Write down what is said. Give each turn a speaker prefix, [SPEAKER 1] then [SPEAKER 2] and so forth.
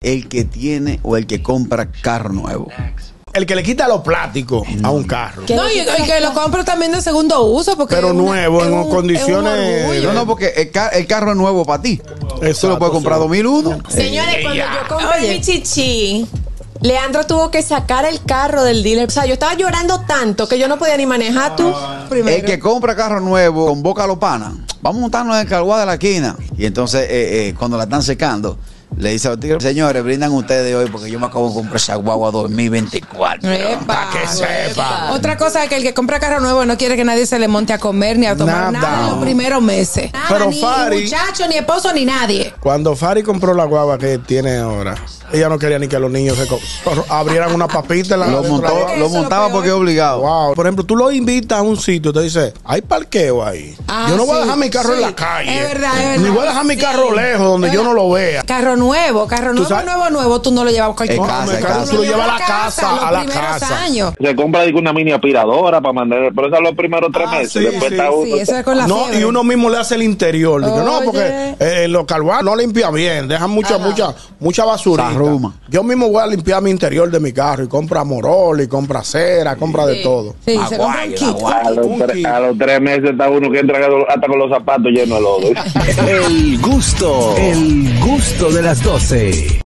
[SPEAKER 1] el que tiene o el que compra carro nuevo.
[SPEAKER 2] El que le quita los plásticos a un carro.
[SPEAKER 3] ¿Qué?
[SPEAKER 4] No, y, y que lo compro también de segundo uso. Porque
[SPEAKER 2] Pero
[SPEAKER 4] es una-
[SPEAKER 2] nuevo,
[SPEAKER 4] es
[SPEAKER 2] en
[SPEAKER 4] un- es
[SPEAKER 2] condiciones-
[SPEAKER 4] un orgullo.
[SPEAKER 1] No, no, porque el, ca- el carro es nuevo para ti. Eso lo
[SPEAKER 2] Exacto,
[SPEAKER 1] puedes comprar
[SPEAKER 2] sí.
[SPEAKER 1] 2001.
[SPEAKER 3] Señores, cuando
[SPEAKER 2] Ella.
[SPEAKER 3] yo compré
[SPEAKER 4] Oye.
[SPEAKER 3] mi chichi, Leandro tuvo que sacar el carro del dealer. O sea, yo estaba llorando tanto que yo no podía ni manejar tú. Primero.
[SPEAKER 1] Eh, El que compra carro nuevo, convoca a los panas. Vamos a montarnos en el carguá de la esquina. Y entonces, eh, eh, cuando la están secando, le dice a los tigres, señores, brindan ustedes hoy porque yo me acabo de comprar esa guagua 2024.
[SPEAKER 4] Epa,
[SPEAKER 2] Pa' que
[SPEAKER 4] epa.
[SPEAKER 2] sepa.
[SPEAKER 4] Otra cosa es que el que compra carro nuevo no quiere que nadie se le monte a comer ni a tomar
[SPEAKER 2] Nada.
[SPEAKER 4] nada, en los primeros meses.
[SPEAKER 3] Nada,
[SPEAKER 2] Pero
[SPEAKER 3] ni
[SPEAKER 2] Fari-
[SPEAKER 3] muchacho, ni esposo, ni nadie.
[SPEAKER 2] Cuando Fari compró la guagua que tiene ahora, ella no quería ni que los niños se co- abrieran una papita en la
[SPEAKER 1] Lo,
[SPEAKER 2] dentro de la
[SPEAKER 1] montó-
[SPEAKER 2] guagua.
[SPEAKER 1] lo montaba porque es obligado.
[SPEAKER 2] Wow. Por ejemplo, tú lo invitas a un sitio, te dice, hay parqueo ahí.
[SPEAKER 4] Ah,
[SPEAKER 2] yo no voy a
[SPEAKER 4] sí,
[SPEAKER 2] dejar mi carro
[SPEAKER 4] sí.
[SPEAKER 2] en la calle.
[SPEAKER 4] Es verdad, es verdad.
[SPEAKER 2] Ni voy a dejar mi carro lejos donde yo no lo vea.
[SPEAKER 4] Carro nuevo, carro nuevo,
[SPEAKER 2] sabes-
[SPEAKER 4] nuevo, nuevo, tú no lo llevas a cualquier
[SPEAKER 1] Es
[SPEAKER 2] No,
[SPEAKER 1] casa,
[SPEAKER 2] mi
[SPEAKER 1] es
[SPEAKER 2] carro
[SPEAKER 1] casa.
[SPEAKER 2] tú lo llevas a la
[SPEAKER 4] Lleva
[SPEAKER 2] casa,
[SPEAKER 4] los
[SPEAKER 2] a la
[SPEAKER 4] primeros
[SPEAKER 2] casa.
[SPEAKER 4] años.
[SPEAKER 5] se compra digo, una mini aspiradora para mandar, pero eso es los primeros tres
[SPEAKER 2] Ah,
[SPEAKER 5] meses.
[SPEAKER 2] sí,
[SPEAKER 5] después
[SPEAKER 2] sí,
[SPEAKER 5] está uno.
[SPEAKER 4] Sí, eso es con la
[SPEAKER 2] no,
[SPEAKER 4] fiebre.
[SPEAKER 2] y uno mismo le hace el interior. Digo, no,
[SPEAKER 4] Oye. Ah,
[SPEAKER 2] porque eh, los carguas no limpia bien, dejan mucha, mucha, mucha basura.
[SPEAKER 1] Se arruma.
[SPEAKER 2] Yo mismo voy a limpiar mi interior de mi carro y compra morol y compra cera, compra de todo.
[SPEAKER 4] Sí, se compra un
[SPEAKER 1] Aguay,
[SPEAKER 4] kit.
[SPEAKER 1] aguay.
[SPEAKER 5] a, los
[SPEAKER 2] Un
[SPEAKER 5] tres,
[SPEAKER 2] kilo.
[SPEAKER 5] a los tres meses está uno que entra hasta con los zapatos llenos de lodo.
[SPEAKER 6] El gusto, el gusto de las 12.